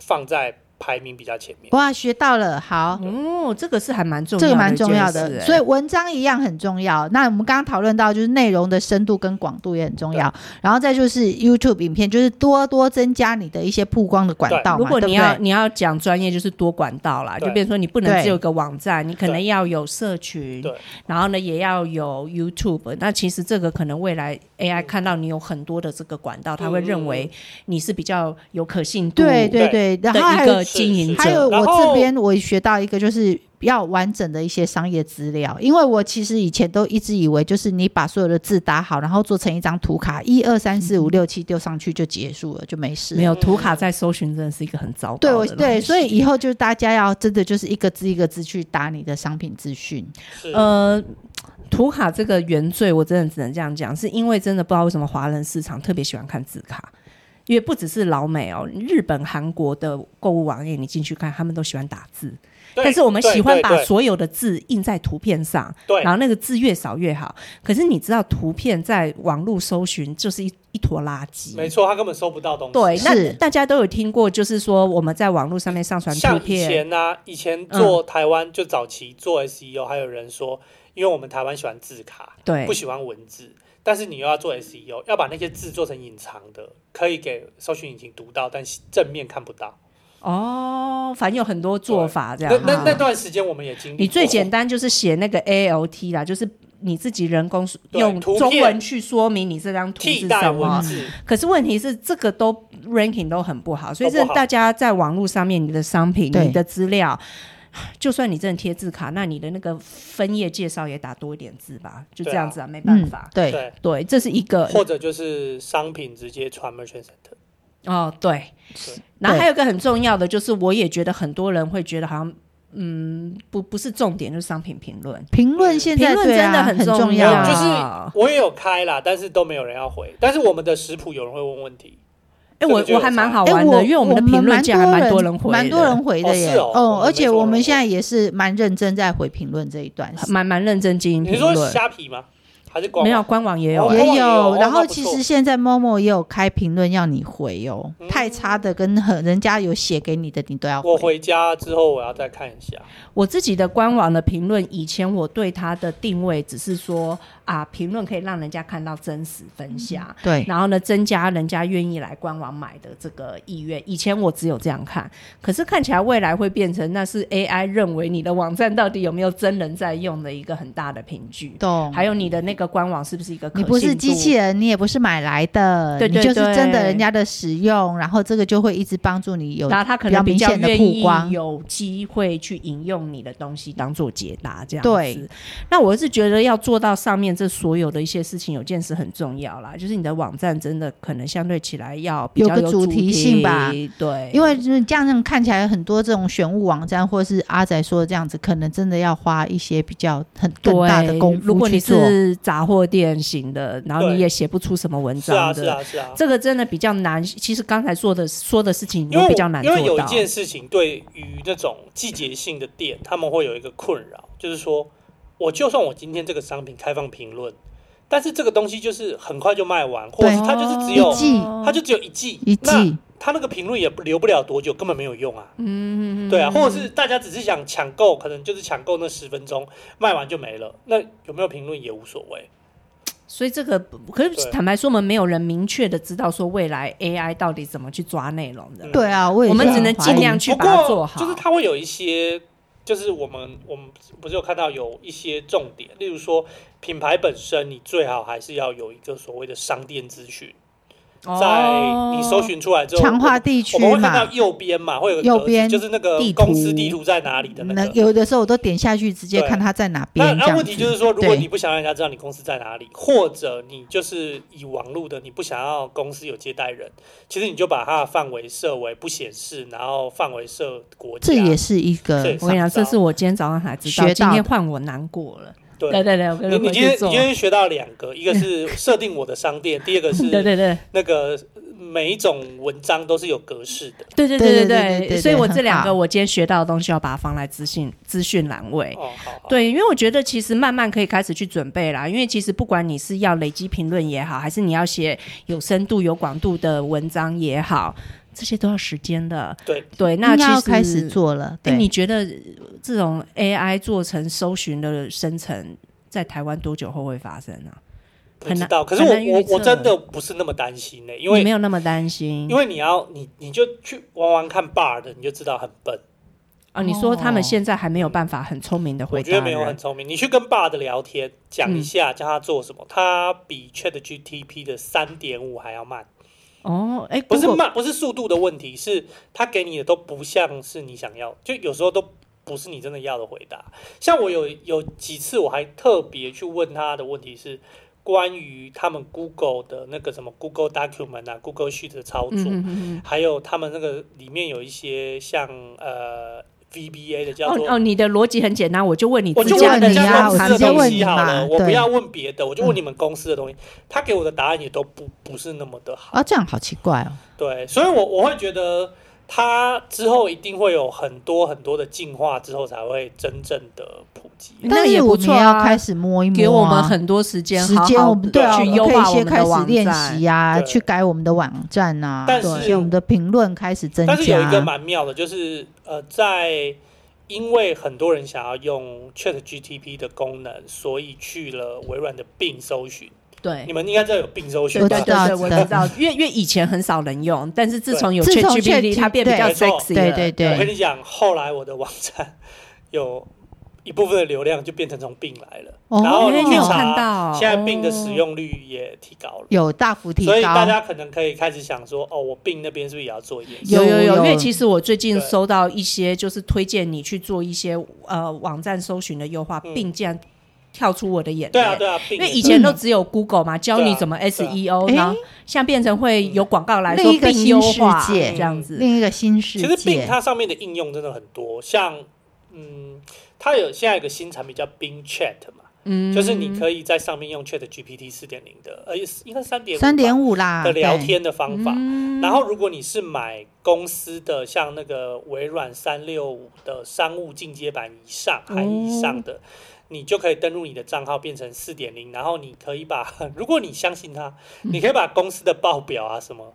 Speaker 3: 放在排名比较前面。
Speaker 2: 哇，学到了，好，
Speaker 1: 哦，这个是还蛮重要
Speaker 2: 这
Speaker 1: 的一
Speaker 2: 个
Speaker 1: 件事，
Speaker 2: 蛮重要的，
Speaker 1: 哎
Speaker 2: 所以文章一样很重要。那我们刚刚讨论到，就是内容的深度跟广度也很重要，然后再就是 YouTube 影片，就是多多增加你的一些曝光的管道嘛，
Speaker 1: 如果
Speaker 2: 对
Speaker 1: 你
Speaker 2: 不对
Speaker 1: 要你要讲专业，就是多管道啦，就
Speaker 3: 对
Speaker 1: 变成说你不能
Speaker 2: 对
Speaker 1: 只有一个网站，你可能
Speaker 3: 对
Speaker 1: 要有社群
Speaker 3: 对，
Speaker 1: 然后呢也要有 YouTube。那其实这个可能未来
Speaker 3: 嗯
Speaker 1: AI 看到你有很多的这个管道，他会认为你是比较有可信度
Speaker 2: 嗯对
Speaker 1: 的
Speaker 2: 对对，然后还
Speaker 1: 一
Speaker 2: 有
Speaker 1: 个
Speaker 3: 是
Speaker 1: 呃经营
Speaker 3: 是
Speaker 1: 者。
Speaker 2: 还有
Speaker 3: 然
Speaker 2: 我
Speaker 3: 后
Speaker 2: 这边我学到一个，就是要完整的一些商业资料，因为我其实以前都一直以为，就是你把所有的字打好，然后做成一张图卡，一二三四五六七丢上去就结束了，就没事
Speaker 1: 没有
Speaker 2: 了。
Speaker 1: 图卡在搜寻真的是一个很糟糕
Speaker 2: 对，我
Speaker 1: 的东
Speaker 2: 对，
Speaker 1: 西
Speaker 2: 所以以后就是大家要真的就是一个字一个字去打你的商品资讯。
Speaker 3: 是，
Speaker 1: 呃，图卡这个原罪，我真的只能这样讲，是因为真的不知道为什么华人市场特别喜欢看字卡，因为不只是老美哦，日本、韩国的购物网页你进去看，他们都喜欢打字，
Speaker 3: 对
Speaker 1: 但是我们喜欢把
Speaker 3: 对
Speaker 1: 所有的字印在图片上，
Speaker 3: 对
Speaker 1: 然后那个字越少越好。可是你知道，图片在网络搜寻就是一一坨垃圾
Speaker 3: 对，没错，他根本收不到东西。
Speaker 1: 对，
Speaker 2: 是
Speaker 1: 那大家都有听过，就是说我们在网络上面上传图
Speaker 3: 像以
Speaker 1: 片，嗯
Speaker 3: 前呢、以前做台湾就早期做 SEO，还有人说，因为我们台湾喜欢字卡，
Speaker 1: 对
Speaker 3: 不，喜欢文字，但是你又要做 SEO，要把那些字做成隐藏的，可以给搜寻引擎读到，但正面看不到。
Speaker 1: 哦，反正有很多做法这
Speaker 3: 那
Speaker 1: 样。
Speaker 3: 那
Speaker 1: 哈
Speaker 3: 那段时间我们也经历过。
Speaker 1: 你最简单就是写那个 ALT 啦，就是你自己人工
Speaker 3: 对
Speaker 1: 用
Speaker 3: 图
Speaker 1: 中
Speaker 3: 片
Speaker 1: 文去说明你这张图
Speaker 3: 替
Speaker 1: 是
Speaker 3: 代
Speaker 1: 什
Speaker 3: 文
Speaker 1: 么。
Speaker 3: 字，
Speaker 1: 可是问题是，这个都 ranking 都很不好，所以
Speaker 3: 都不
Speaker 1: 这
Speaker 3: 好
Speaker 1: 大家在网络上面，你的商品、
Speaker 2: 对
Speaker 1: 你的资料，就算你真的贴字卡，那你的那个分页介绍也打多一点字吧，就这样子啊，没办
Speaker 2: 嗯
Speaker 1: 法，。
Speaker 2: 对，
Speaker 3: 对，
Speaker 1: 对，这是一个
Speaker 3: 或者就是商品直接传 merchant center。
Speaker 1: 哦，对。然后还有一个很重要的就是，我也觉得很多人会觉得好像，嗯，不不是重点，就是商品评论。
Speaker 2: 评论现在
Speaker 1: 评论
Speaker 2: 对啊
Speaker 1: 真的很
Speaker 2: 很
Speaker 1: 重
Speaker 2: 重
Speaker 1: 要
Speaker 2: 啊
Speaker 3: 呃就是我也有开啦，但是都没有人要回。但是我们的食谱有人会问问题，
Speaker 1: 哎、
Speaker 3: 这个
Speaker 1: 我
Speaker 3: 就有
Speaker 1: 我还蛮好
Speaker 2: 哎，
Speaker 1: 玩的，因为我们的评论竟然还蛮多人回的，
Speaker 2: 蛮多人回的
Speaker 3: 哦
Speaker 2: 耶。
Speaker 3: 是哦我们
Speaker 2: 而
Speaker 3: 没
Speaker 2: 且
Speaker 3: 多
Speaker 2: 我
Speaker 3: 人
Speaker 2: 们
Speaker 3: 回
Speaker 2: 现在也是蛮认真在回评论这一段，
Speaker 1: 蛮蛮认真经营
Speaker 3: 你
Speaker 1: 评
Speaker 3: 说
Speaker 1: 论。
Speaker 3: 虾皮吗？还是官
Speaker 1: 没
Speaker 3: 网？
Speaker 1: 有官网也有、
Speaker 3: 哦
Speaker 1: 哎
Speaker 2: 也
Speaker 3: 也有
Speaker 2: 有
Speaker 3: 哦。
Speaker 2: 然
Speaker 3: 那
Speaker 2: 后
Speaker 3: 不
Speaker 2: 其
Speaker 3: 错
Speaker 2: 实现在 Momo 也有开评论要你回哦，
Speaker 3: 嗯
Speaker 2: 太差的跟很人家有写给你的，你都要
Speaker 3: 我
Speaker 2: 回。
Speaker 3: 回家之后我要再看一下。
Speaker 1: 我自己的官网的评论，以前我对它的定位只是说啊，评论可以让人家看到真实分享。
Speaker 2: 嗯对，
Speaker 1: 然后呢，增加人家愿意来官网买的这个意愿。以前我只有这样看，可是看起来未来会变成那是 AI 认为你的网站到底有没有真人在用的一个很大的凭据，
Speaker 2: 懂。
Speaker 1: 还有你的那个官网是不是一个可
Speaker 2: 你不是
Speaker 1: 信
Speaker 2: 机
Speaker 1: 度
Speaker 2: 器人，你也不是买来的，
Speaker 1: 对对
Speaker 2: 你就是真的
Speaker 1: 对
Speaker 2: 人家的使用，然后这个就会一直帮助你有
Speaker 1: 然后他可
Speaker 2: 比较
Speaker 1: 能
Speaker 2: 明
Speaker 1: 比较
Speaker 2: 显的
Speaker 1: 愿
Speaker 2: 曝
Speaker 1: 意
Speaker 2: 光。
Speaker 1: 有机会去引用你的东西当做解答这样
Speaker 2: 对
Speaker 1: 子。那我是觉得要做到上面这所有的一些事情，有件事很重要啦，就是你的网站真的可能相对起来要比
Speaker 2: 有
Speaker 1: 较
Speaker 2: 个
Speaker 1: 有
Speaker 2: 主
Speaker 1: 题
Speaker 2: 题性吧
Speaker 1: 对，
Speaker 2: 因为就是这样这样看起来，很多这种选物网站或是阿仔说的这样子，可能真的要花一些比较很
Speaker 1: 对
Speaker 2: 更大的功
Speaker 1: 如
Speaker 2: 夫
Speaker 1: 果
Speaker 2: 去
Speaker 1: 你
Speaker 2: 做。
Speaker 1: 是杂货店型的，然后
Speaker 3: 对
Speaker 1: 你也写不出什么文
Speaker 3: 是啊，
Speaker 1: 章
Speaker 3: 是
Speaker 1: 的，
Speaker 3: 啊，是啊。
Speaker 1: 这个真的比较难。其实刚才做的说的事情，
Speaker 3: 因为
Speaker 1: 都
Speaker 3: 我
Speaker 1: 比较难
Speaker 3: 因为
Speaker 1: 做
Speaker 3: 有一
Speaker 1: 到。
Speaker 3: 件事情，对于那种季节性的店，他们会有一个困扰，就是说我就算我今天这个商品开放评论，但是这个东西就是很快就卖完，或者
Speaker 2: 对哦
Speaker 3: 是它就是只有
Speaker 2: 一季
Speaker 3: 它就只有一季，
Speaker 2: 一
Speaker 3: 那
Speaker 2: 季
Speaker 3: 它那个评论也不留不了多久，根本没有用啊。
Speaker 1: 嗯，
Speaker 3: 对啊，或者是大家只是想抢购，可能就是抢购那十分钟，卖完就没了。那有没有评论也无所谓。
Speaker 1: 所以这个，可是
Speaker 3: 对
Speaker 1: 坦白说，我们没有人明确的知道说未来 AI 到底怎么去抓内容
Speaker 3: 嗯
Speaker 1: 的。
Speaker 2: 对啊，我也
Speaker 1: 我们
Speaker 2: 是
Speaker 1: 只
Speaker 2: 很
Speaker 1: 能
Speaker 2: 怀
Speaker 1: 尽
Speaker 2: 疑
Speaker 1: 量去
Speaker 3: 不
Speaker 1: 把它做
Speaker 3: 过
Speaker 1: 好。
Speaker 3: 就是它会有一些，就是我们我们不是有看到有一些重点，例如说品牌本身，你最好还是要有一个所谓的商店资讯。在
Speaker 1: 哦
Speaker 3: 你搜寻出来之
Speaker 2: 哦
Speaker 3: 后，
Speaker 2: 强化地区
Speaker 3: 我们会看
Speaker 2: 嘛
Speaker 3: 到。右边嘛，会有个
Speaker 2: 右
Speaker 3: 格子
Speaker 2: 边
Speaker 3: 就是那个
Speaker 2: 地
Speaker 3: 公司
Speaker 2: 图
Speaker 3: 地图在哪里的那
Speaker 2: 那
Speaker 3: 个。
Speaker 2: 有的时候我都点下去，直接
Speaker 3: 对
Speaker 2: 看它在哪
Speaker 3: 那
Speaker 2: 边这
Speaker 3: 那
Speaker 2: 样
Speaker 3: 问题就
Speaker 2: 子。
Speaker 3: 是说，如果
Speaker 2: 对
Speaker 3: 你不想让人家知道你公司在哪里，或者你就是以网络的，你不想要公司有接待人，其实你就把它的范围设为不显示，然后范围设国家。
Speaker 2: 这也是一个
Speaker 3: 对
Speaker 1: 我跟你讲，这是我今天早上才知道，
Speaker 2: 学
Speaker 1: 今
Speaker 2: 到
Speaker 1: 天
Speaker 2: 的
Speaker 1: 换我难过了。
Speaker 3: 对
Speaker 1: 对对对，我跟
Speaker 3: 你
Speaker 1: 回
Speaker 3: 你今天
Speaker 1: 去
Speaker 3: 你
Speaker 1: 做。
Speaker 3: 今天学到两个，一个 是设定我的商店，第二个是
Speaker 1: 对对对
Speaker 3: 那个每一种文章都是有格式的。
Speaker 1: 对对对
Speaker 2: 对对对对
Speaker 1: 对
Speaker 2: 对
Speaker 1: 对，所以我
Speaker 2: 很
Speaker 1: 这两
Speaker 2: 好
Speaker 1: 个我今天学到的东西，要把它放在资讯资讯栏位。
Speaker 3: 哦，好好。
Speaker 1: 对，因为我觉得其实慢慢可以开始去准备啦。因为其实不管你是要累积评论也好，还是你要写有深度、有广度的文章也好，这些都要时间的。
Speaker 3: 对
Speaker 1: 对，那其
Speaker 2: 应该要
Speaker 1: 实
Speaker 2: 开始做了。
Speaker 1: 哎
Speaker 2: 对，
Speaker 1: 你觉得呃这种 AI 做成搜寻的生成，在台湾多久后会发生呢、啊
Speaker 3: 不
Speaker 1: 很
Speaker 3: 知
Speaker 1: 难
Speaker 3: 道。可是
Speaker 1: 很
Speaker 3: 我
Speaker 1: 难预
Speaker 3: 我我
Speaker 1: 测
Speaker 3: 真的不是那么担心呢、因
Speaker 1: 你
Speaker 3: 为
Speaker 1: 没有那么担心，
Speaker 3: 因为你要你你就去玩玩看 bar 的，你就知道很笨。
Speaker 1: 啊，你说他们
Speaker 2: 哦
Speaker 1: 现在还没有办法很聪明的
Speaker 3: 我
Speaker 1: 回
Speaker 3: 觉得
Speaker 1: 答
Speaker 3: 没有很
Speaker 1: 人，嗯
Speaker 3: 聪明。你去跟 bar 的聊天，讲一下叫他做什么，他比 Chat GTP 的三点五还要慢。
Speaker 1: 哦，哎，
Speaker 3: 不是
Speaker 1: Google-
Speaker 3: 慢，不是速度的问题，是他给你的都不像是你想要，就有时候都不是你真的要的回答。像我
Speaker 2: 嗯
Speaker 3: 有有几次，我还特别去问他的问题是关于他们 Google 的那个什么 Google Document 啊、Google Sheet 的操作，
Speaker 1: 嗯嗯嗯
Speaker 3: 还有他们那个里面有一些像呃 VBA 的
Speaker 1: 嗯，
Speaker 3: 叫做。
Speaker 1: 哦哦，你的逻辑很简单，我就问你
Speaker 3: 我
Speaker 1: 自
Speaker 3: 就
Speaker 1: 家
Speaker 3: 问
Speaker 1: 的
Speaker 3: 人
Speaker 2: 你
Speaker 3: 家
Speaker 2: 啊
Speaker 3: 公
Speaker 1: 产
Speaker 2: 我直
Speaker 3: 司的
Speaker 2: 接
Speaker 1: 品
Speaker 3: 东
Speaker 2: 问
Speaker 3: 西
Speaker 2: 你
Speaker 3: 好
Speaker 2: 嘛
Speaker 3: 了，我不
Speaker 2: 对嗯
Speaker 3: 要问别的，我就问你们公司的东西。他给我的答案也都不不是那么的好。
Speaker 2: 啊，这样好奇怪哦。
Speaker 3: 对，所以我我会觉得它之后一定会有很多很多的进化，之后才会真正的普及。
Speaker 1: 那
Speaker 2: 但
Speaker 1: 也
Speaker 2: 是
Speaker 1: 不
Speaker 2: 我们
Speaker 1: 错啊
Speaker 2: 要开始摸一摸啊，
Speaker 1: 给我们很多时间，
Speaker 2: 时
Speaker 1: 好
Speaker 2: 间，
Speaker 1: 好
Speaker 2: 我们对啊，
Speaker 1: 去
Speaker 2: 我
Speaker 1: 优化
Speaker 2: 们可以
Speaker 1: 我们
Speaker 2: 先开
Speaker 1: 的
Speaker 2: 始
Speaker 1: 网
Speaker 2: 练
Speaker 1: 站。
Speaker 2: 习啊，
Speaker 3: 对
Speaker 2: 去改我们的网站啊，
Speaker 3: 但
Speaker 1: 是
Speaker 2: 写我们的评论开始增加。
Speaker 3: 但是有一个蛮妙的，就是呃，在因为很多人想要用 Chat GTP 的功能，所以去了微软的并搜寻。
Speaker 1: 对
Speaker 3: 你，们应该知道有并搜寻
Speaker 1: 对
Speaker 2: 我
Speaker 1: 对
Speaker 3: 吧
Speaker 2: 知？道
Speaker 1: 对，我
Speaker 2: 知道
Speaker 1: 知道，因为因为以前很少人用，但是自从有
Speaker 2: 自从
Speaker 1: ChatGPT，它变比较
Speaker 3: 对没错
Speaker 1: sexy
Speaker 2: 对
Speaker 1: 了
Speaker 2: 对
Speaker 3: 我跟
Speaker 2: 对，
Speaker 3: 你讲，后来我的网站有一部分的流量就变成从并来了，
Speaker 2: 哦
Speaker 3: 然后
Speaker 1: 因
Speaker 3: 你
Speaker 1: 为
Speaker 3: 去
Speaker 1: 你有看
Speaker 3: 查，
Speaker 1: 到，
Speaker 3: 现在并的使
Speaker 1: 哦，
Speaker 3: 用率也提高了。
Speaker 2: 有大幅提
Speaker 3: 所以大
Speaker 2: 高。
Speaker 3: 家可能可以开始想说，哦，我病那边是不是也要做一点事？
Speaker 1: 有有
Speaker 2: 有
Speaker 1: 有，因为
Speaker 2: 有
Speaker 1: 其实我最近
Speaker 3: 对
Speaker 1: 收到一些就是推荐你去做一些呃网站搜寻的优化，
Speaker 3: 嗯
Speaker 1: 并竟然跳出我的眼
Speaker 3: 对啊，
Speaker 1: 帘。
Speaker 3: 对啊，病
Speaker 1: 因为
Speaker 3: 也
Speaker 1: 以
Speaker 3: 是
Speaker 1: 前都只有 Google 嘛，教
Speaker 3: 对
Speaker 1: 你
Speaker 3: 啊
Speaker 1: 怎么
Speaker 3: 对啊
Speaker 1: SEO，
Speaker 2: 嗯诶
Speaker 1: 然后现在变成会有广告来
Speaker 2: 另
Speaker 1: 说
Speaker 2: 一个
Speaker 1: 并优化
Speaker 2: 新世界
Speaker 1: 这样子。
Speaker 2: 另一个新世
Speaker 3: 其实病
Speaker 2: 界，
Speaker 3: 它上面的应用真的很多，像嗯，它有现在有一个新产品叫 Bing Chat 嘛，
Speaker 1: 嗯
Speaker 3: 就是你可以在上面用 Chat GPT 四点零的，呃，应该三点
Speaker 2: 三点
Speaker 3: 五
Speaker 2: 五啦，
Speaker 3: 的聊
Speaker 2: 对，
Speaker 3: 天的方法。
Speaker 1: 嗯
Speaker 3: 然后如果你是买公司的，像那个微软三六五的商务进阶版以上
Speaker 1: 哦
Speaker 3: 还以上的。你就可以登录你的账号变成四点零，然后你可以把， 如果你相信他，你可以把公司的报表啊什么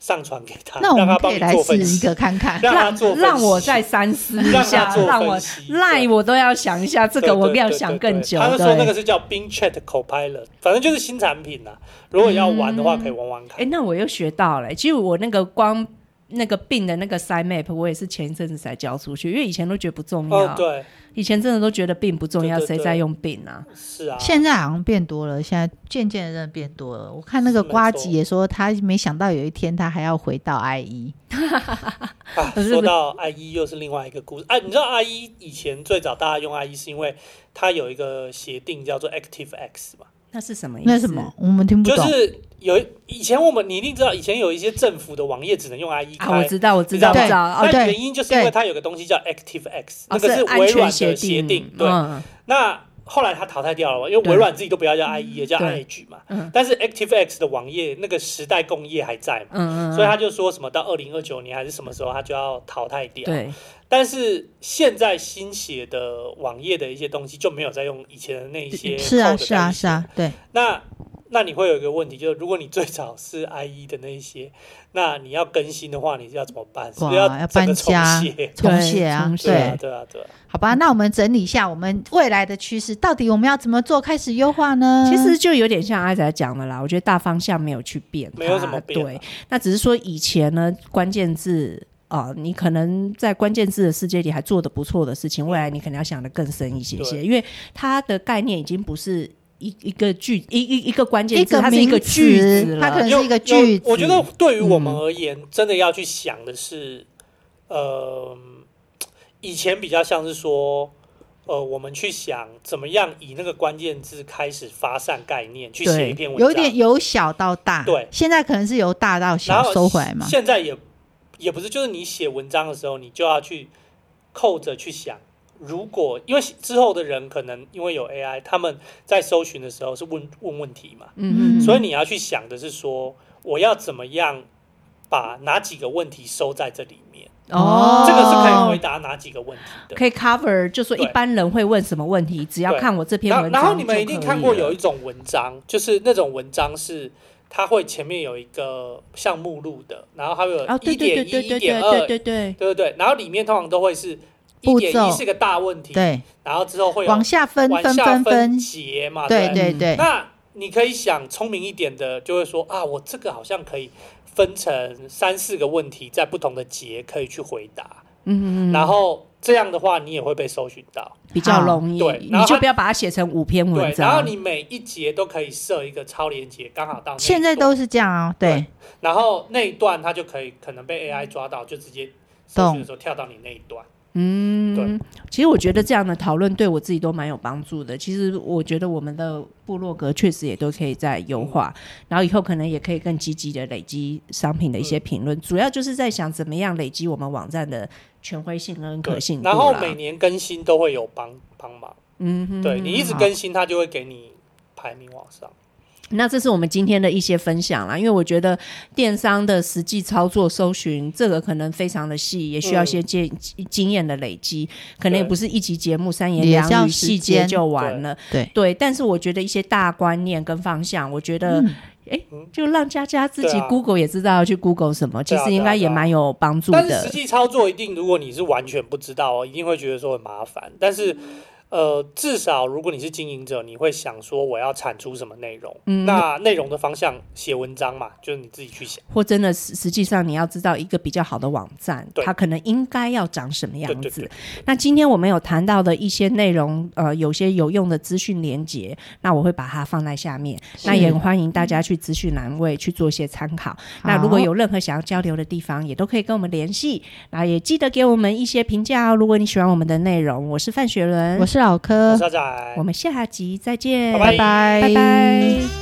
Speaker 3: 上传给
Speaker 1: 嗯
Speaker 3: 他，
Speaker 2: 那我
Speaker 3: 啊让
Speaker 2: 们
Speaker 3: 他
Speaker 2: 可
Speaker 3: 帮
Speaker 2: 以
Speaker 3: 你
Speaker 2: 来
Speaker 3: 做
Speaker 2: 试
Speaker 3: 分
Speaker 2: 一
Speaker 3: 析，
Speaker 2: 个看看。
Speaker 3: 让他
Speaker 1: 让
Speaker 3: 做分析
Speaker 1: 让我再三思一
Speaker 3: 让他
Speaker 1: 下，
Speaker 3: 做
Speaker 1: 让我
Speaker 3: 分析，对
Speaker 1: 赖我都要想一下，这
Speaker 3: 对
Speaker 1: 个我
Speaker 3: 对
Speaker 1: 要
Speaker 3: 对
Speaker 1: 想
Speaker 3: 对
Speaker 1: 更
Speaker 3: 对
Speaker 1: 久。
Speaker 3: 他是说那个
Speaker 1: 对，
Speaker 3: 是叫 Bing Chat Copilot，反正就是新产品啦、如果要玩的话，可以玩玩
Speaker 1: 哎，
Speaker 3: 看。哦
Speaker 1: 那我又学到了。其实我那个光那个病的那个 side map，我也是前一阵子才交出去，因为以前都觉得不重
Speaker 3: 哦
Speaker 1: 要，，
Speaker 3: 对，
Speaker 1: 以前真的都觉得病不重要，
Speaker 3: 对对
Speaker 1: 谁
Speaker 3: 对
Speaker 1: 在用病啊？
Speaker 3: 是啊，
Speaker 2: 现在好像变多了，现在渐渐的真的变多了。我看那个
Speaker 3: 是没
Speaker 2: 瓜
Speaker 3: 错
Speaker 2: 吉也说，他没想到有一天他还要回到 E，IE。
Speaker 3: 啊，
Speaker 1: 呃可是
Speaker 3: 说
Speaker 1: 不
Speaker 3: 到 IE 又是另外一个故事。哎、你知道 IE 以前最早大家用 IE 是因为它有一个协定叫做 ActiveX 嘛，
Speaker 1: 那是什么意思？
Speaker 2: 那什么，我们听不
Speaker 3: 就
Speaker 2: 懂。
Speaker 3: 是有一以前我们你一定知道，以前有一些政府的网页只能用 IE 开。
Speaker 1: 啊？我知道，我知道，
Speaker 3: 你
Speaker 1: 我
Speaker 3: 知
Speaker 1: 知道。
Speaker 2: 吗
Speaker 1: 哦
Speaker 2: 对
Speaker 3: 那原因就是因为
Speaker 2: 对
Speaker 3: 它有个东西叫 ActiveX，那
Speaker 1: 哦，
Speaker 3: 个是
Speaker 1: 安
Speaker 3: 微软
Speaker 1: 全
Speaker 3: 的协
Speaker 1: 定，
Speaker 3: 对，
Speaker 1: 嗯
Speaker 3: 那后来它淘汰掉了嘛，因为微软自己都不要叫 IE，也叫
Speaker 1: 对
Speaker 3: IH 嘛。
Speaker 1: 嗯
Speaker 3: 但是 ActiveX 的网页那个时代工业还在嘛，
Speaker 1: 嗯嗯，
Speaker 3: 所以他就说什么到二零二九年还是什么时候，它就要淘汰掉。
Speaker 1: 对，
Speaker 3: 但是现在新写的网页的一些东西就没有再用以前的那一些
Speaker 2: 是啊，
Speaker 3: code
Speaker 2: 是啊，
Speaker 3: 在
Speaker 2: 是啊，对，
Speaker 3: 写。那那你会有一个问题，就是如果你最早是 IE 的那一些，那你要更新的话，你要怎么办？是不
Speaker 2: 哇，
Speaker 3: 是
Speaker 2: 要
Speaker 3: 整
Speaker 2: 搬
Speaker 3: 个重
Speaker 2: 家
Speaker 3: 写？
Speaker 2: 重
Speaker 1: 对
Speaker 2: 写啊
Speaker 1: 重，
Speaker 3: 对啊
Speaker 2: 对
Speaker 1: 写，
Speaker 3: 对啊，对啊。
Speaker 2: 好吧，那我们整理一下我们未来的趋势，到底我们要怎么做，开始优化呢？
Speaker 1: 其实就有点像阿仔讲的啦，我觉得大方向没有去变它，
Speaker 3: 没有什么变啊
Speaker 1: 对，那只是说以前呢，关键字。哦，你可能在关键字的世界里还做的不错的事情，未来你可能要想的更深一些些，
Speaker 3: 对
Speaker 1: 因为它的概念已经不是一一个句一一一个关键
Speaker 2: 一
Speaker 1: 字，
Speaker 2: 个
Speaker 1: 它是一
Speaker 2: 名
Speaker 1: 个句
Speaker 2: 词
Speaker 1: 子
Speaker 2: 它
Speaker 1: 了
Speaker 2: 可能
Speaker 3: 有
Speaker 2: 是一个句子嗯
Speaker 3: 有我觉得对于我们而言，真的要去想的是，呃，以前比较像是说，呃，我们去想怎么样以那个关键字开始发散概念，去写一篇文章，
Speaker 2: 有点由小到大，
Speaker 3: 对
Speaker 2: 现在可能是由大到
Speaker 3: 然
Speaker 2: 小
Speaker 3: 后
Speaker 2: 收回来嘛，
Speaker 3: 现在也也不是，就是你写文章的时候，你就要去扣着去想。如果因为之后的人可能因为有 AI，他们在搜寻的时候是问问问题嘛，
Speaker 1: 嗯嗯，
Speaker 3: 所以你要去想的是说，我要怎么样把哪几个问题收在这里面？
Speaker 1: 哦，
Speaker 3: 这个是可以回答哪几个问题的。
Speaker 1: 可以 cover，就说
Speaker 3: 对
Speaker 1: 一般人会问什么问题，只要
Speaker 3: 对
Speaker 1: 看我这篇
Speaker 3: 然后，
Speaker 1: 文章
Speaker 3: 然后你们一定
Speaker 1: 就可以
Speaker 3: 看过有
Speaker 1: 了
Speaker 3: 一种文章，就是那种文章是它会前面有一个像目录的，然后还有
Speaker 1: 哦，对
Speaker 3: 一
Speaker 1: 对
Speaker 3: 点
Speaker 1: 对
Speaker 3: 一、
Speaker 1: 对
Speaker 3: 一
Speaker 1: 对
Speaker 3: 点
Speaker 1: 对
Speaker 3: 二，
Speaker 1: 对
Speaker 3: 对
Speaker 1: 对对，
Speaker 3: 对对，然后里面通常都会是一
Speaker 2: 步
Speaker 3: 点
Speaker 2: 骤
Speaker 3: 一是个大问题，
Speaker 2: 对，
Speaker 3: 然后之后会有
Speaker 2: 往下分
Speaker 3: 往
Speaker 2: 分
Speaker 3: 下
Speaker 2: 分分，
Speaker 3: 节嘛，
Speaker 2: 对
Speaker 3: 不
Speaker 2: 对
Speaker 1: 嗯
Speaker 2: 对，
Speaker 3: 那你可以想聪明一点的，就会说啊，我这个好像可以分成三四个问题，在不同的节可以去回答，
Speaker 1: 嗯嗯嗯，
Speaker 3: 然后这样的话你也会被搜寻到。
Speaker 1: 比较容易，
Speaker 3: 对然
Speaker 1: 你
Speaker 3: 后它
Speaker 1: 就不要把它写成五
Speaker 2: 嗯
Speaker 1: 篇文
Speaker 3: 对，然后
Speaker 1: 章，
Speaker 3: 你每一节都可以设一个超连接，刚好到那一段
Speaker 2: 现在都，是这样啊，对，
Speaker 3: 然后那一段它就可以可能被 AI 抓到，就直接搜寻的时候跳到你那一段。
Speaker 1: 嗯，其实我觉得这样的讨论对我自己都蛮有帮助的。其实我觉得我们的部落格确实也都可以在优化，然后以后可能也可以更积极的累积商品的一些评
Speaker 3: 嗯
Speaker 1: 论，主要就是在想怎么样累积我们网站的权威性跟可信度啦。
Speaker 3: 然后每年更新都会有帮帮忙，
Speaker 1: 嗯哼，
Speaker 3: 对你一直
Speaker 2: 好
Speaker 3: 更新，它就会给你排名往上。
Speaker 1: 那这是我们今天的一些分享啦，因为我觉得电商的实际操作搜寻这个可能非常的细，也需要一
Speaker 3: 嗯
Speaker 1: 些经经验的累积，可能也不是一集节目三言
Speaker 2: 也是
Speaker 1: 两
Speaker 2: 要
Speaker 1: 语
Speaker 2: 时
Speaker 1: 细节
Speaker 2: 间
Speaker 1: 就完了。
Speaker 2: 对
Speaker 1: 对，但是我觉得一些大观念跟方向，我觉得
Speaker 2: 嗯
Speaker 1: 哎、就让佳佳自己
Speaker 3: 对啊
Speaker 1: Google 也知道要去 Google 什么，其
Speaker 3: 对啊
Speaker 1: 实应该也蛮有帮助
Speaker 3: 但是实
Speaker 1: 的。
Speaker 3: 际操作一定，如果你是完全不知道哦，一定会觉得说很麻烦。但是，呃，至少如果你是经营者，你会想说我要产出什么内容，
Speaker 1: 嗯
Speaker 3: 那内容的方向写文章嘛，就是你自己去想。
Speaker 1: 或真的实实际上你要知道一个比较好的网站，
Speaker 3: 对
Speaker 1: 它可能应该要长什么样
Speaker 3: 对对
Speaker 1: 子
Speaker 3: 对。
Speaker 1: 那今天我们有谈到的一些内容，呃，有些有用的资讯连接，那我会把它放在下面。
Speaker 2: 是
Speaker 1: 那也欢迎大家去资讯栏位去做一些参考。那如果有任何想要交流的地方，也都可以跟我们联系。那也记得给我们一些评价哦。如果你喜欢我们的内容，我是范雪
Speaker 2: 好
Speaker 1: 伦
Speaker 2: 我，是老
Speaker 3: 我
Speaker 2: 柯
Speaker 1: 呃
Speaker 3: 是，阿仔
Speaker 1: 我们下集再见，
Speaker 2: 拜
Speaker 3: 拜
Speaker 1: 拜拜。